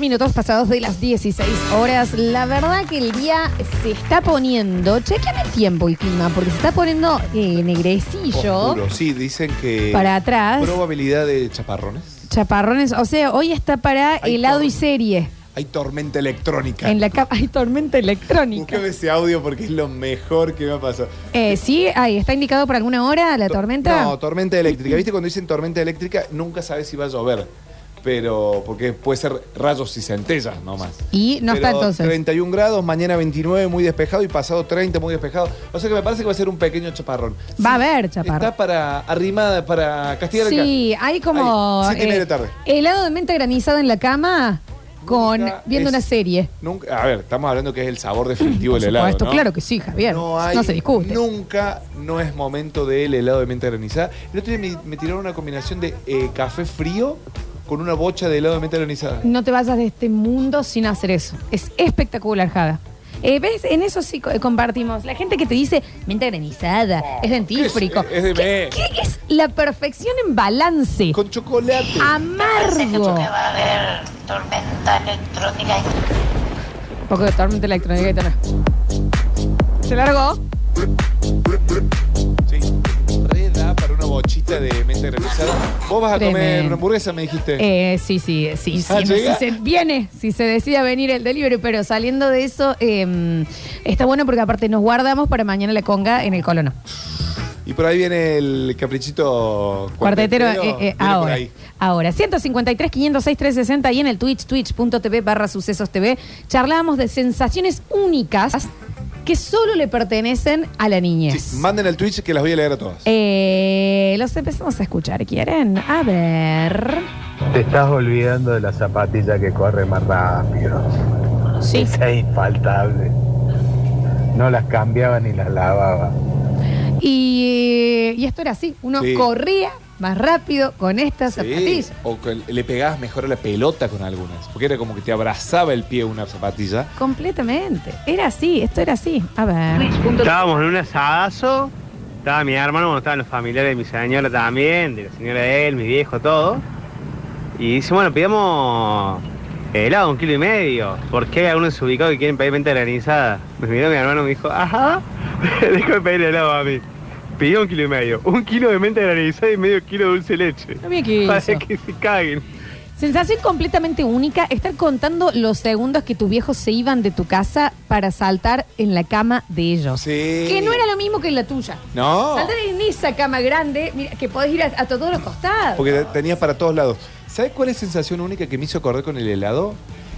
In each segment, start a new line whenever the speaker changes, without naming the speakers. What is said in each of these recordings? minutos pasados de las 16 horas. La verdad que el día se está poniendo. Chequeame el tiempo y clima, porque se está poniendo eh, negrecillo
Oscuro. Sí, dicen que.
para atrás.
Probabilidad de chaparrones.
Chaparrones. O sea, hoy está para
Hay
helado y
tormenta
serie.
Hay tormenta electrónica.
En la capa hay tormenta electrónica.
Búscame ese audio porque es lo mejor que me ha pasado.
Eh, sí, ahí está indicado por alguna hora la
To-
tormenta.
No, tormenta eléctrica. ¿Viste cuando dicen tormenta eléctrica? Nunca sabes si va a llover. Pero, porque puede ser rayos y centellas nomás.
y no está
Pero
entonces.
31 grados, mañana 29 muy despejado y pasado 30 muy despejado. O sea que me parece que va a ser un pequeño chaparrón.
Va a haber chaparrón.
Está para arrimada, para castigar el
Sí, hay como.
Ahí, siete y media
eh,
de la tarde.
Helado de menta granizado en la cama con
Nunca
viendo
es-
una serie.
Nunca, a ver, estamos hablando que es el sabor definitivo
Por
del helado.
supuesto,
¿no?
claro que sí, Javier. No,
No, hay-
se discute.
Nunca no es momento del helado de menta granizada. El otro día me, me tiraron una combinación de eh, café frío con una bocha de helado de menta granizada.
No te vayas de este mundo sin hacer eso. Es espectacular, Jada. Eh, ¿Ves? En eso sí co- eh, compartimos. La gente que te dice menta granizada, es dentífrico.
Oh, ¿qué es? Eh, Es de
¿Qué-
menta.
qué es la perfección en balance?
Con chocolate.
Ah,
Parece que
Amargo.
va a haber tormenta electrónica.
Un poco de tormenta electrónica y tal. ¿Se largó?
Sí. Re da para una bochita de menta granizada. Vos vas a comer
Tremendo.
una hamburguesa, me dijiste.
Eh, sí, sí, sí, sí,
Ah,
sí,
¿llega?
se viene, si se decide a venir el delivery, pero saliendo de eso, eh, está bueno porque aparte nos guardamos para mañana la conga en el colono.
Y por ahí viene el caprichito
Cuartetero, eh, eh,
viene por
ahora.
ahí.
Ahora, 153, 506, 360 y en el Twitch, twitch.tv barra sucesos TV, charlábamos de sensaciones únicas que solo le pertenecen a la niñez.
Sí, manden al Twitch que las voy a leer a todas.
Eh, los empezamos a escuchar, ¿quieren? A ver.
Te estás olvidando de la zapatilla que corre más rápido.
Sí.
Esa es infaltable. No las cambiaba ni las lavaba.
Y, y esto era así, uno
Sí.
corría más rápido con estas
Sí,
zapatillas.
o que le pegabas mejor a la pelota con algunas, porque era como que te abrazaba el pie una zapatilla.
Completamente. Era así, esto era así. A ver.
Estábamos en un asadazo, estaba mi hermano, bueno, estaban los familiares de mi señora también, de la señora de él, mi viejo, todo. Y dice, bueno, pidamos eh, helado, un kilo y medio, porque hay algunos ubicados que quieren pedir venta granizada. Me miró mi hermano y me dijo, ajá, déjame pedir helado a mí. Pidió un kilo y medio, un kilo de menta granizada y medio kilo de dulce de leche.
No había que
Para
eso.
que se caguen.
Sensación completamente única, estar contando los segundos que tus viejos se iban de tu casa para saltar en la cama de ellos.
Sí.
Que no era lo mismo que en la tuya.
No,
Saltar en esa cama grande, mira, que podés ir a, a todos los costados.
porque te- tenías para todos lados. ¿Sabes cuál es la sensación única que me hizo acordar con el helado?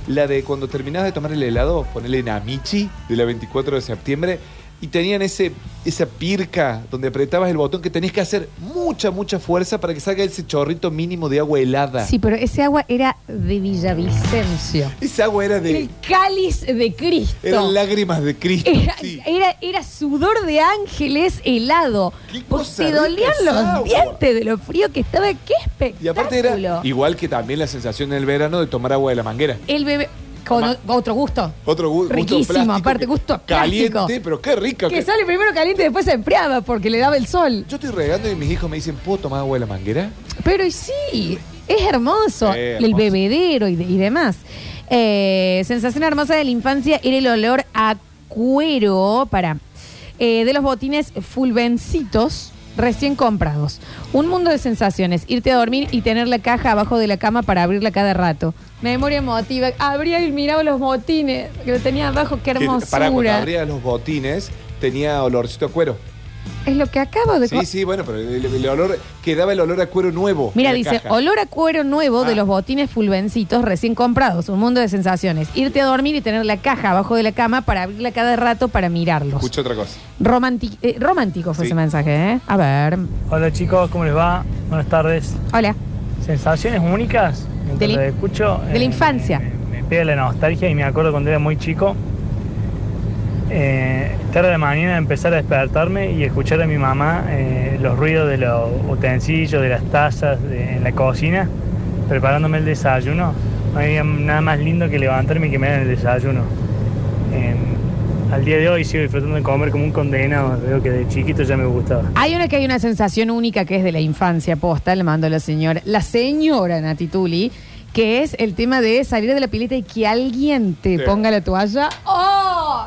La de cuando terminabas de tomar el helado, ponerle Namichi de la 24 de septiembre y tenían ese esa pirca donde apretabas el botón que tenías que hacer mucha, mucha fuerza para que salga ese chorrito mínimo de agua helada.
Sí, pero ese agua era de Villavicencio.
Esa agua era de...
El cáliz de Cristo.
Eran lágrimas de Cristo.
Era,
sí.
era, era sudor de ángeles helado.
Qué
Porque
cosa
Te
rica
dolían
esa
los
agua.
dientes de lo frío que estaba. ¡Qué espectáculo!
Y aparte era igual que también la sensación en el verano de tomar agua de la manguera.
El bebé. Con
Ma-
o- otro gusto.
Otro gu- gusto
Riquísimo,
plástico
aparte,
que-
gusto a
caliente,
plástico.
pero qué rico.
Que
que-
sale primero caliente y después se enfriaba porque le daba el sol.
Yo estoy regando y mis hijos me dicen, ¿puedo tomar agua de la manguera?
Pero y sí, es hermoso.
Sí,
El
hermoso.
bebedero y, de- y demás. Eh, sensación hermosa de la infancia era el olor a cuero para eh, de los botines fulvencitos recién comprados. Un mundo de sensaciones. Irte a dormir y tener la caja abajo de la cama para abrirla cada rato. Memoria emotiva. Abría y miraba los botines que lo tenía abajo. Qué
Que- Para cuando
hermosura.
abría los botines, tenía olorcito a cuero.
Es lo que acabo de... co-
Sí, sí, bueno, pero el, el olor, quedaba el olor a cuero nuevo.
Mira,
en la
dice,
caja.
olor a cuero nuevo de
Ah.
los botines fulvencitos recién comprados. Un mundo de sensaciones. Irte a dormir y tener la caja abajo de la cama para abrirla cada rato para mirarlos.
Escucho otra cosa.
Romanti- eh, romántico fue
Sí.
ese mensaje, ¿eh? A ver.
Hola chicos, ¿cómo les va? Buenas tardes.
Hola.
Sensaciones únicas mientras
De la-
los escucho. eh,
de la infancia.
Me, me pega la nostalgia y me acuerdo cuando era muy chico. Eh, tarde de la mañana empezar a despertarme y escuchar a mi mamá eh, los ruidos de los utensilios, de las tazas de- en la cocina, preparándome el desayuno. No había nada más lindo que levantarme y que me hagan el desayuno. Eh, al día de hoy sigo disfrutando de comer como un condenado. Veo que de chiquito ya me gustaba.
Hay una que hay una sensación única que es de la infancia posta, le mando a la señora, la señora Natituli, que es el tema de salir de la pileta y que alguien te
Sí.
ponga la toalla. ¡Oh!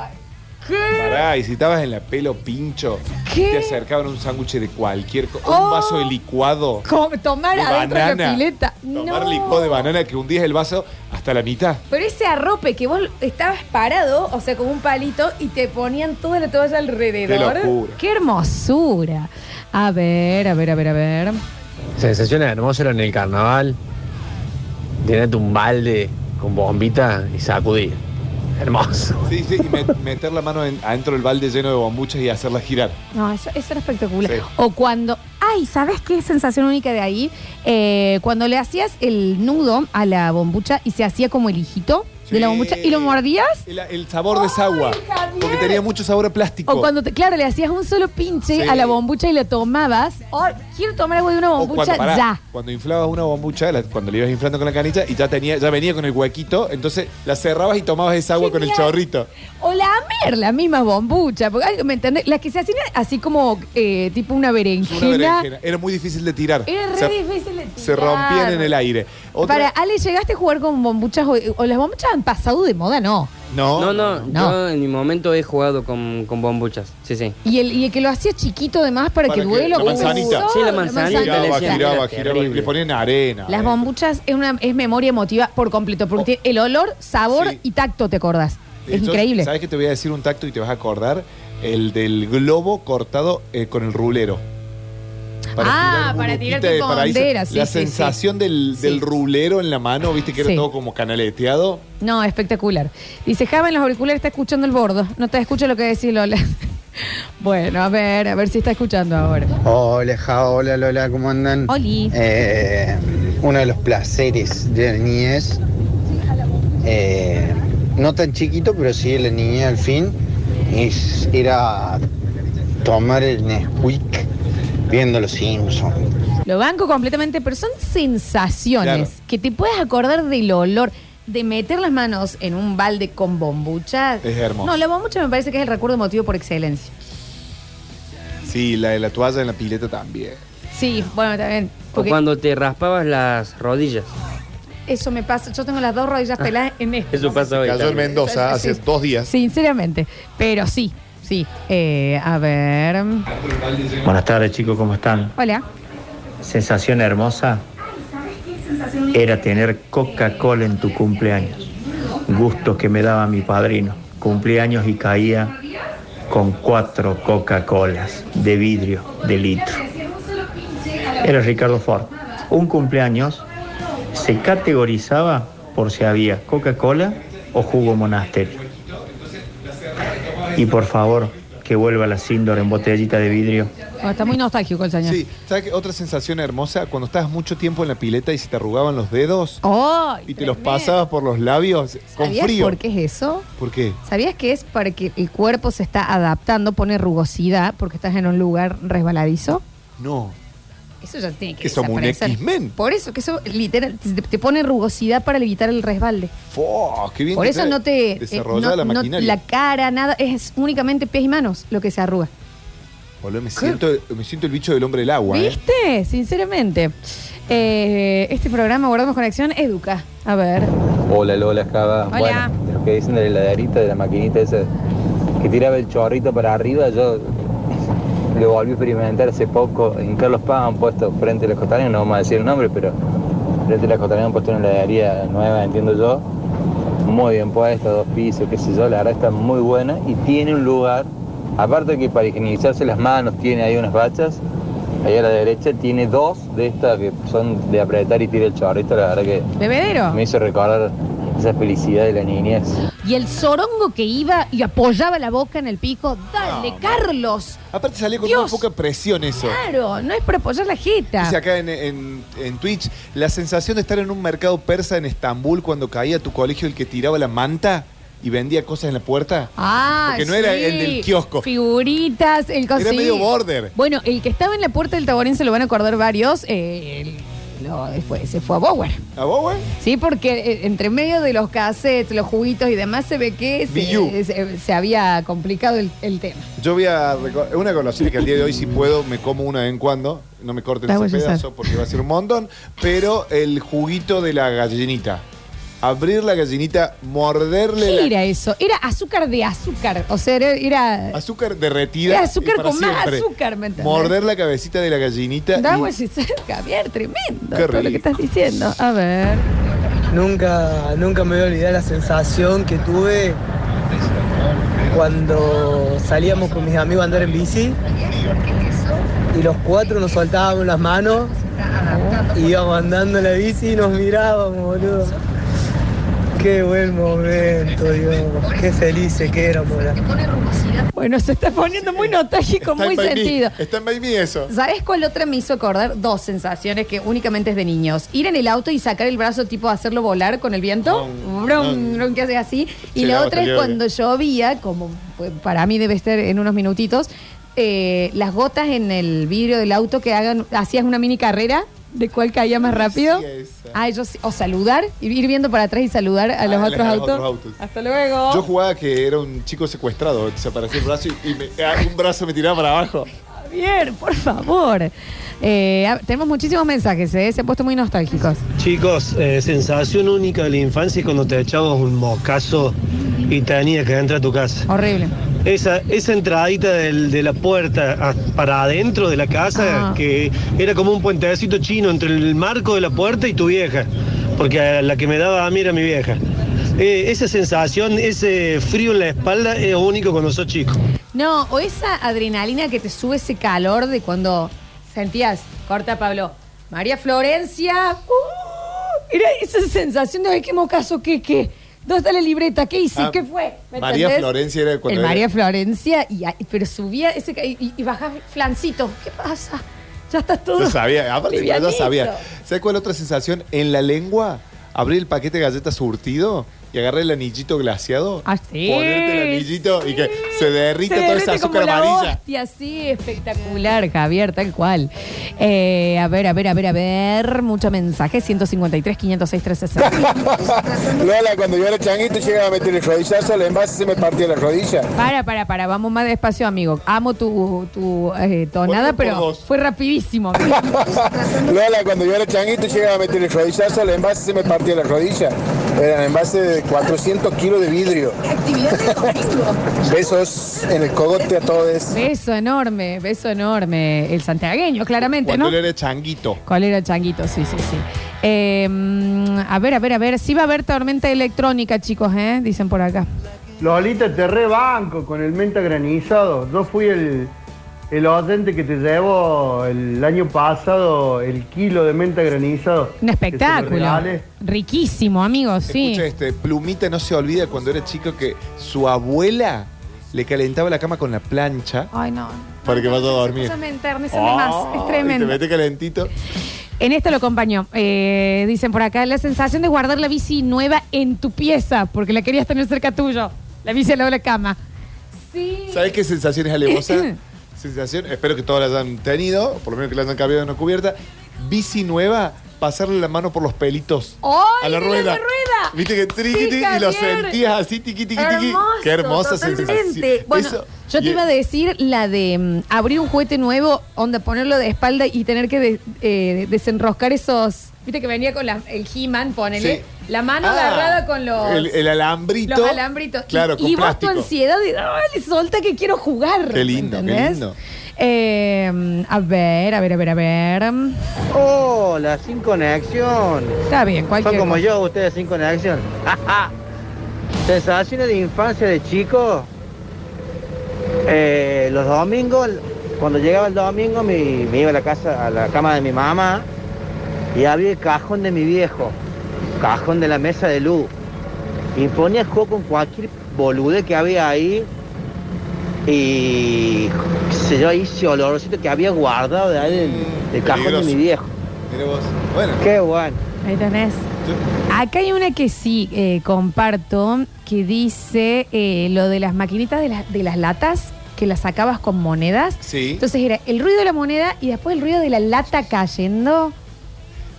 ¿Qué?
Pará, y si estabas en la pelo pincho,
¿Qué?
te acercaban un sándwich de cualquier cosa,
Oh.
un vaso de licuado.
Co- Tomar
de
adentro de la pileta.
Tomar
No.
licuado de banana que hundías el vaso hasta la mitad.
Pero ese arrope que vos estabas parado, o sea, como un palito, y te ponían toda la toalla alrededor.
Qué locura.
¡Qué hermosura! A ver, a ver, a ver, a ver.
Sensación hermosa era en el carnaval. Llenate un balde con bombita y sacudir. Hermoso.
Sí, sí, y met- meter la mano en- adentro del balde lleno de bombuchas y hacerla girar.
No, eso, eso era espectacular.
Sí.
O cuando. Ay, ¿sabes qué sensación única de ahí? Eh, cuando le hacías el nudo a la bombucha y se hacía como el hijito de la
Sí.
bombucha y lo mordías.
El, el sabor de esa agua, porque tenía mucho sabor a plástico.
O cuando, te- claro, le hacías un solo pinche
Sí.
a la bombucha y la tomabas. Ay, quiero tomar agua de una
O
bombucha
pará,
ya.
cuando inflabas una bombucha, la- cuando le ibas inflando con la canilla y ya tenía, ya venía con el huequito, entonces la cerrabas y tomabas esa agua con el
Genial.
chorrito.
O lamer la misma bombucha. Porque, ay, ¿me entendés? Las que se hacían así como eh, tipo una berenjena.
Una berenjena. Era muy difícil de tirar.
Era re
se,
difícil de tirar.
se rompían en el aire. Otra-
Para, Ale, ¿llegaste a jugar con bombuchas o, o las bombuchas han pasado de moda? No.
no,
No, no,
No.
yo en mi momento he jugado con, con bombuchas. Sí, sí.
Y el, y el que lo hacía chiquito además para,
Para
que
que-
duele
la
lo que
manzanita.
usó,
Sí, la manzanita,
giraba,
le
giraba,
decían,
giraba,
era terrible.
le ponían arena.
Las
eh.
bombuchas es una es memoria emotiva por completo, porque tiene el olor, sabor
Oh. Sí.
y tacto te acordás.
Eh,
Es
yo-
increíble.
¿Sabes que te voy a decir un tacto y te vas a acordar? El del globo cortado eh, con el rulero.
Ah, para
burbujita
tirar tipo
de paraíso.
bandera, sí,
La
sí, sí.
sensación Del, del
Sí.
rulero en la mano, viste que era
Sí.
todo como canaleteado.
No, espectacular. Dice, Java en los auriculares está escuchando el bordo. No te escucho lo que decís, Lola. bueno, a ver, a ver si está escuchando ahora.
Hola, Ja, hola, Lola, ¿cómo andan?
Oli.
Eh, uno de los placeres de la niñez, eh, no tan chiquito, pero sí de la niñez al fin, es, era tomar el Nesquik viendo los Simpsons.
Lo banco completamente, pero son sensaciones
Claro.
que te puedes acordar del olor, de meter las manos en un balde con bombucha.
Es hermoso.
No, la bombucha me parece que es el recuerdo emotivo por excelencia.
Sí, la de la toalla en la pileta también.
Sí, bueno, también.
O
Porque
cuando te raspabas las rodillas.
eso me pasa. Yo tengo las dos rodillas
Ah.
peladas en esto.
Eso pasa hoy.
Cayó en
también.
Mendoza
Sí.
hace dos días.
Sinceramente. Pero sí, sí. Eh, a ver.
Buenas tardes chicos, ¿cómo están?
Hola.
Sensación hermosa era tener Coca-Cola en tu cumpleaños. Gusto que me daba mi padrino. Cumpleaños y caía con cuatro Coca-Colas de vidrio, de litro. Era Ricardo Ford. Un cumpleaños se categorizaba por si había Coca-Cola o jugo monasterio. Y por favor, que vuelva la Sindor en botellita de vidrio.
Oh, está muy nostálgico el señor.
Sí, ¿sabes qué? Otra sensación hermosa, cuando estabas mucho tiempo en la pileta y se te arrugaban los dedos
Oh,
y te los pasabas por los labios con
¿Sabías
frío.
por qué es eso?
¿Por qué?
¿Sabías que es para que el cuerpo se está adaptando, pone rugosidad porque estás en un lugar resbaladizo?
No.
Eso ya tiene que
Que somos un
desaparecer.
X-Men.
Por eso, que eso literal te, te pone rugosidad para evitar el resbalde.
Fua, qué bien
Por
que
eso no te. eh,
desarrollaba
no-
la
no-
maquinaria.
la cara, nada. Es únicamente pies y manos lo que se arruga.
Boludo, me siento, me siento el bicho del hombre del agua. ¿eh?
¿Viste? Sinceramente. Eh, este programa, Guardamos Conexión, educa. A ver.
Hola Lola, Java.
Hola.
Bueno, de lo que dicen de la heladerita, de la maquinita esa que tiraba el chorrito para arriba, yo lo volví a experimentar hace poco en Carlos Paz, han puesto frente a la costanera, no vamos a decir el nombre, pero frente a la costanera han puesto una heladería nueva, entiendo yo. Muy bien puesta, dos pisos, qué sé yo, la verdad está muy buena y tiene un lugar, aparte de que para higienizarse las manos tiene ahí unas bachas, ahí a la derecha tiene dos de estas que son de apretar y tirar el chorrito, la verdad que
Bebedero.
me hizo recordar esa felicidad de la niñez.
Y el sorongo que iba y apoyaba la boca en el pico. Dale,
No,
Carlos.
Aparte salió con
Dios.
muy poca presión eso.
Claro, no es para apoyar la jeta.
Dice acá en, en- en Twitch, la sensación de estar en un mercado persa en Estambul cuando caía a tu colegio el que tiraba la manta y vendía cosas en la puerta.
Ah,
Porque no era
sí.
el del kiosco.
Figuritas, el
Era
cosí.
medio border.
Bueno, el que estaba en la puerta del Taborín se lo van a acordar varios. eh, el- lo- fue- se fue a Bower.
¿A vos, güey?
Sí, porque eh, entre medio de los cassettes, los juguitos y demás, se ve que
Biyu.
se, se- se había complicado el, el tema.
Yo voy a. reco- Es una golosina que al día de hoy, si puedo, me como una vez en cuando. No me corten
Está
ese
bueno,
pedazo
César.
porque va a ser un montón. Pero el juguito de la gallinita. Abrir la gallinita, morderle
¿Qué
la-
era eso? Era azúcar de azúcar. O sea, era. era-
Azúcar derretida.
Era azúcar
y para
con más azúcar, ¿me entendés?
Morder la cabecita de la gallinita.
Da
y-
agua y cerca, Javier, tremendo.
Qué
todo lo que
rico.
estás diciendo. A ver.
Nunca, nunca me voy a olvidar la sensación que tuve cuando salíamos con mis amigos a andar en bici y los cuatro nos soltábamos las manos, íbamos andando en la bici y nos mirábamos, boludo. Qué buen momento, Dios. Qué felices que éramos. la-
Bueno, se está poniendo muy nostálgico,
Está
muy
en By Me,
sentido.
Está en By Me eso.
¿Sabes cuál otra me hizo acordar? Dos sensaciones que únicamente es de niños. Ir en el auto y sacar el brazo tipo hacerlo volar con el viento.
Brum,
Brum,
brum.
brum, que haces así. Y
Sí, la
la
otra
otra es
lluvia.
cuando llovía, como pues, para mí debe estar en unos minutitos, eh, las gotas en el vidrio del auto que hagan, hacías una mini carrera de cuál caía más rápido.
Sí, esa.
Ah, yo sí. o saludar, y ir viendo para atrás y saludar a los,
Ah,
otros,
a los
autos.
otros autos.
Hasta luego.
Yo jugaba que era un chico secuestrado, desaparecía el brazo y, y me- ah, un brazo me tiraba para abajo.
Bien, por favor. Eh, a- tenemos muchísimos mensajes, ¿eh? se han puesto muy nostálgicos.
Chicos, eh, sensación única de la infancia es cuando te echabas un moscazo y tenías que entrar a tu casa.
Horrible.
Esa, esa entradita del- de la puerta a- para adentro de la casa,
Ah.
que era como un puentecito chino entre el marco de la puerta y tu vieja, porque a la que me daba a mí era mi vieja. Eh, esa sensación, ese frío en la espalda es único cuando sos chico.
No, o esa adrenalina que te sube ese calor de cuando sentías, corta Pablo, María Florencia. ¡uh! era esa sensación de, ay, qué mocazo, qué, qué. ¿Dónde está la libreta? ¿Qué hice?
Ah,
¿Qué fue? ¿Me
María
entendés?
Florencia era cuando
El
era-
María Florencia, y, ahí- pero subía ese ca- y, y bajaba flancito. ¿Qué pasa? Ya estás todo.
Yo
Uh,
sabía, aparte yo ya
livianito.
sabía. ¿Sabes cuál otra sensación? En la lengua, abrir el paquete de galletas surtido y agarrar el anillito glaciado.
Ah, sí,
Ponerte el anillito y que
sí.
se derrita toda esa
derrite como
azúcar
la
amarilla.
hostia, sí, espectacular, Javier, tal cual. Eh, a ver, a ver, a ver, a ver. Mucho mensaje: 153, 506, 360.
Lola, cuando yo era changuito llegaba a meter el rodillazo al envase se me partía la rodilla.
Para, para, para, vamos más despacio, amigo. Amo tu, tu eh, tonada,
Volvemos por
pero
dos.
fue rapidísimo.
Lola, cuando yo era changuito llegaba a meter el rodillazo al envase se me partía la rodilla. Eran envases de 400 kilos de vidrio. Besos en el cogote a todos.
beso enorme, beso enorme. El santiagueño, claramente,
Cuando
¿no?
él era changuito.
¿Cuál era el changuito? Sí, sí, sí. Eh, mm, a ver, a ver, a ver. Sí va a haber tormenta electrónica, chicos, ¿eh? Dicen por acá.
Lolita, te rebanco con el menta granizado. Yo fui el, el oyente que te llevó el año pasado el kilo de menta granizado.
Un espectáculo. Riquísimo, amigos, sí.
Escucha este, Plumita no se olvida cuando era chico que su abuela le calentaba la cama con la plancha
Ay, no.
para que vaya a dormir.
Cosas me enternecen de más.
Ah,
Ah, Es
Y te
tremendo.
mete calentito.
En esto lo acompañó. Eh, dicen por acá, la sensación de guardar la bici nueva en tu pieza, porque la querías tener cerca tuyo. La bici al lado de la cama. Sí.
¿Sabes qué sensación es alevosa? sensación, espero que todas la hayan tenido, por lo menos que la hayan cambiado en una cubierta. Bici nueva, pasarle la mano por los pelitos.
¡Ay,
a la
de
rueda.
rueda!
Viste que triqui,
Sí,
triqui, y lo
Javier.
sentías así, tiqui, tiqui, tiqui.
Hermoso,
Qué hermosa
totalmente.
sensación.
Bueno,
Eso-
yo te
y-
iba a decir la de mm, abrir un juguete nuevo, onda ponerlo de espalda y tener que de- eh, desenroscar esos. Viste que venía con la- el He-Man, ponele.
Sí.
La mano
Ah,
agarrada con los.
El, el alambrito.
Los alambritos.
Claro,
y,
con
y vos tu
plástico.
ansiedad de, ¡ay, solta que quiero jugar!
Qué lindo, qué
¿entendés?
lindo.
Eh, a ver, a ver, a ver, a ver.
Hola, sin conexión.
Está bien, cualquier.
Son como yo, ustedes sin conexión. Sensaciones de infancia de chico. Eh, los domingos, cuando llegaba el domingo, mi- me iba a la casa, a la cama de mi mamá y abría el cajón de mi viejo, cajón de la mesa de luz. Y ponía el juego con cualquier bolude que había ahí. Y qué sé yo, ahí ese olorcito que había guardado de ahí del-
Mm,
del cajón de
peligroso.
mi viejo.
Mira vos. Bueno,
Qué bueno.
Ahí tenés. Acá hay una que sí eh, comparto, que dice eh, lo de las maquinitas de, las- de las latas, que las sacabas con monedas.
sí.
Entonces era el ruido de la moneda y después el ruido de la lata cayendo.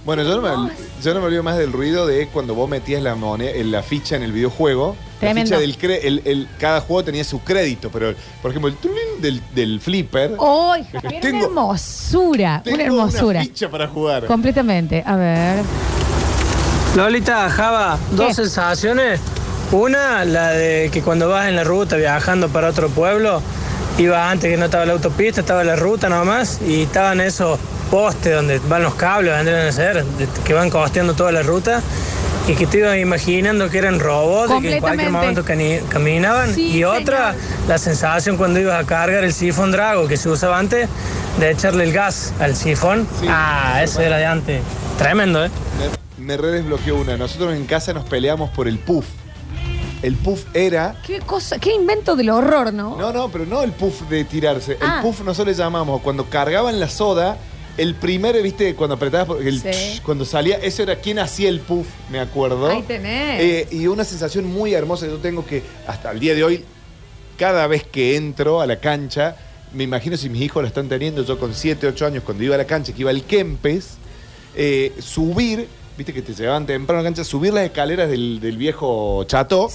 Bueno, yo no, me, yo no me olvido más del ruido de cuando vos metías la, moneda, en la ficha en el videojuego.
Tremendo.
La ficha del cre- el- el- cada juego tenía su crédito, pero por ejemplo, el tulín del, del flipper.
¡Ay, Javier, Oh, una
Eh, Tengo-
hermosura!
tengo
una hermosura.
Una ficha para jugar.
Completamente. A ver.
Lolita, Java, dos sensaciones. Una, la de que cuando vas en la ruta viajando para otro pueblo, iba antes que no estaba la autopista, estaba la ruta nomás, y estaban esos postes donde van los cables, vendrían a ser, de- que van costeando toda la ruta, y que te ibas imaginando que eran robots, y que en cualquier
Completamente.
momento cani- caminaban.
Sí,
y otra, la sensación cuando ibas a cargar el sifón drago que se usaba antes, de echarle el gas al sifón. ah, eso era de antes. Tremendo, ¿eh?
Me, me re desbloqueó una. Nosotros en casa nos peleamos por el puff. El puff era.
¿Qué cosa? ¿Qué invento del horror, no?
No, no, pero no el puff de tirarse.
Ah.
El puff nosotros le llamamos. Cuando cargaban la soda, el primero, viste, cuando apretabas, por- el
Sí.
tsh, cuando salía, eso era quien hacía el puff, me acuerdo.
Ahí tenés.
Eh, y una sensación muy hermosa que yo tengo que hasta el día de hoy, cada vez que entro a la cancha, me imagino si mis hijos la están teniendo, yo con 7, 8 años, cuando iba a la cancha, que iba al Kempes, eh, subir, viste que te llevaban temprano a la cancha, subir las escaleras del, del viejo chato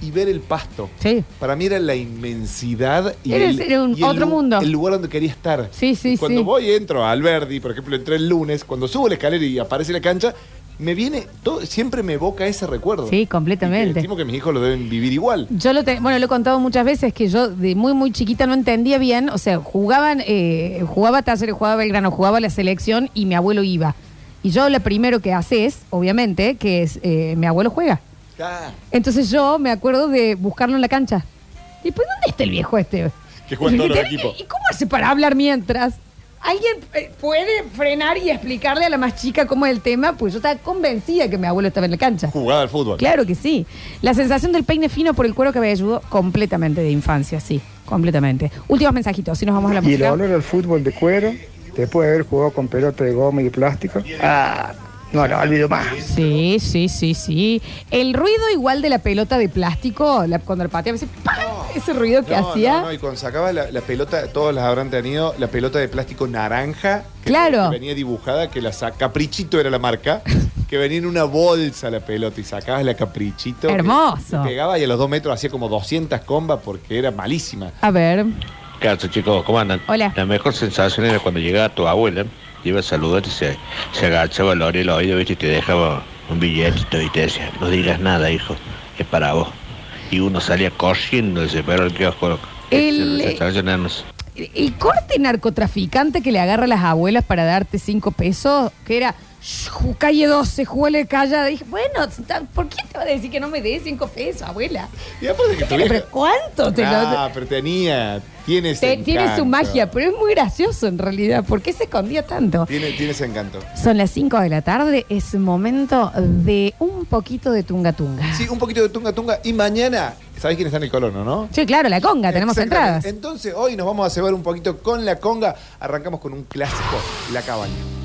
y ver el pasto. Para mí era la inmensidad y
Era-
el,
era un
y el
otro
lu-
mundo.
el lugar donde quería estar.
Sí, sí,
Y cuando
sí.
voy entro a Alberdi, por ejemplo, entré el lunes, cuando subo la escalera y aparece la cancha, me viene todo, siempre me evoca ese recuerdo.
Sí,
Y que
completamente.
estimo que mis hijos lo deben vivir igual.
Yo lo te- bueno, lo he contado muchas veces que yo de muy muy chiquita no entendía bien, o sea, jugaban, eh, jugaba Talleres, jugaba Belgrano, jugaba la selección y mi abuelo iba. Y yo lo primero que hace es, obviamente, que es eh, mi abuelo juega. Entonces yo me acuerdo de buscarlo en la cancha. ¿Y pues dónde está el viejo este?
Que juegan todos los
Literal,
equipos.
¿Y cómo hace para hablar mientras? ¿Alguien eh, puede frenar y explicarle a la más chica cómo es el tema? Pues yo estaba convencida que mi abuelo estaba en la cancha.
Jugada al fútbol.
Claro que sí. La sensación del peine fino por el cuero que me ayudó completamente de infancia, sí, completamente. Últimos mensajitos, si nos vamos a la
Y el
música.
olor al fútbol de cuero, después de haber jugado con pelota de goma y plástico, ah, no lo olvido más.
Sí, sí, sí, sí. El ruido igual de la pelota de plástico, la- cuando la pateaba, ese, ¡pam! ese ruido que
No,
hacía.
no, no, y cuando sacaba la, la pelota, todos las habrán tenido, la pelota de plástico naranja. que-
Claro.
que venía dibujada, que la sa- Caprichito era la marca, que venía en una bolsa la pelota y sacabas la Caprichito. que-
Hermoso.
que pegaba y a los dos metros hacía como 200 combas porque era malísima.
A ver,
¿Qué hace, chicos? ¿Cómo andan?
Hola.
La mejor sensación era cuando llegaba tu abuela, te iba a saludar y se, se agachaba el oreja al oído ¿viste? y te dejaba un billetito y te decía, no digas nada, hijo, es para vos. Y uno salía corriendo y se paró al kiosco. Esa es
El-
la sensación, hermosa.
el corte narcotraficante que le agarra a las abuelas para darte cinco pesos, que era "Shh, calle 12, juele callada. Dije, bueno, ta- ¿por qué te va a decir que no me des cinco pesos, abuela?
Y aparte que tu
Pero,
vieja-
¿cuánto te lo-
Ah, pero tenía, tiene ese
Te- tiene su
encanto.
magia, pero es muy gracioso en realidad. ¿Por qué se escondía tanto?
Tiene, tiene ese encanto.
Son las 5 de la tarde, es momento de un poquito de tunga tunga.
Sí, un poquito de tunga tunga. Y mañana, ¿sabés quién está en el colono, no?
Sí, claro, la conga, Ah, tenemos
Exactamente.
entradas.
Entonces, hoy nos vamos a cebar un poquito con la conga. Arrancamos con un clásico, la cabaña.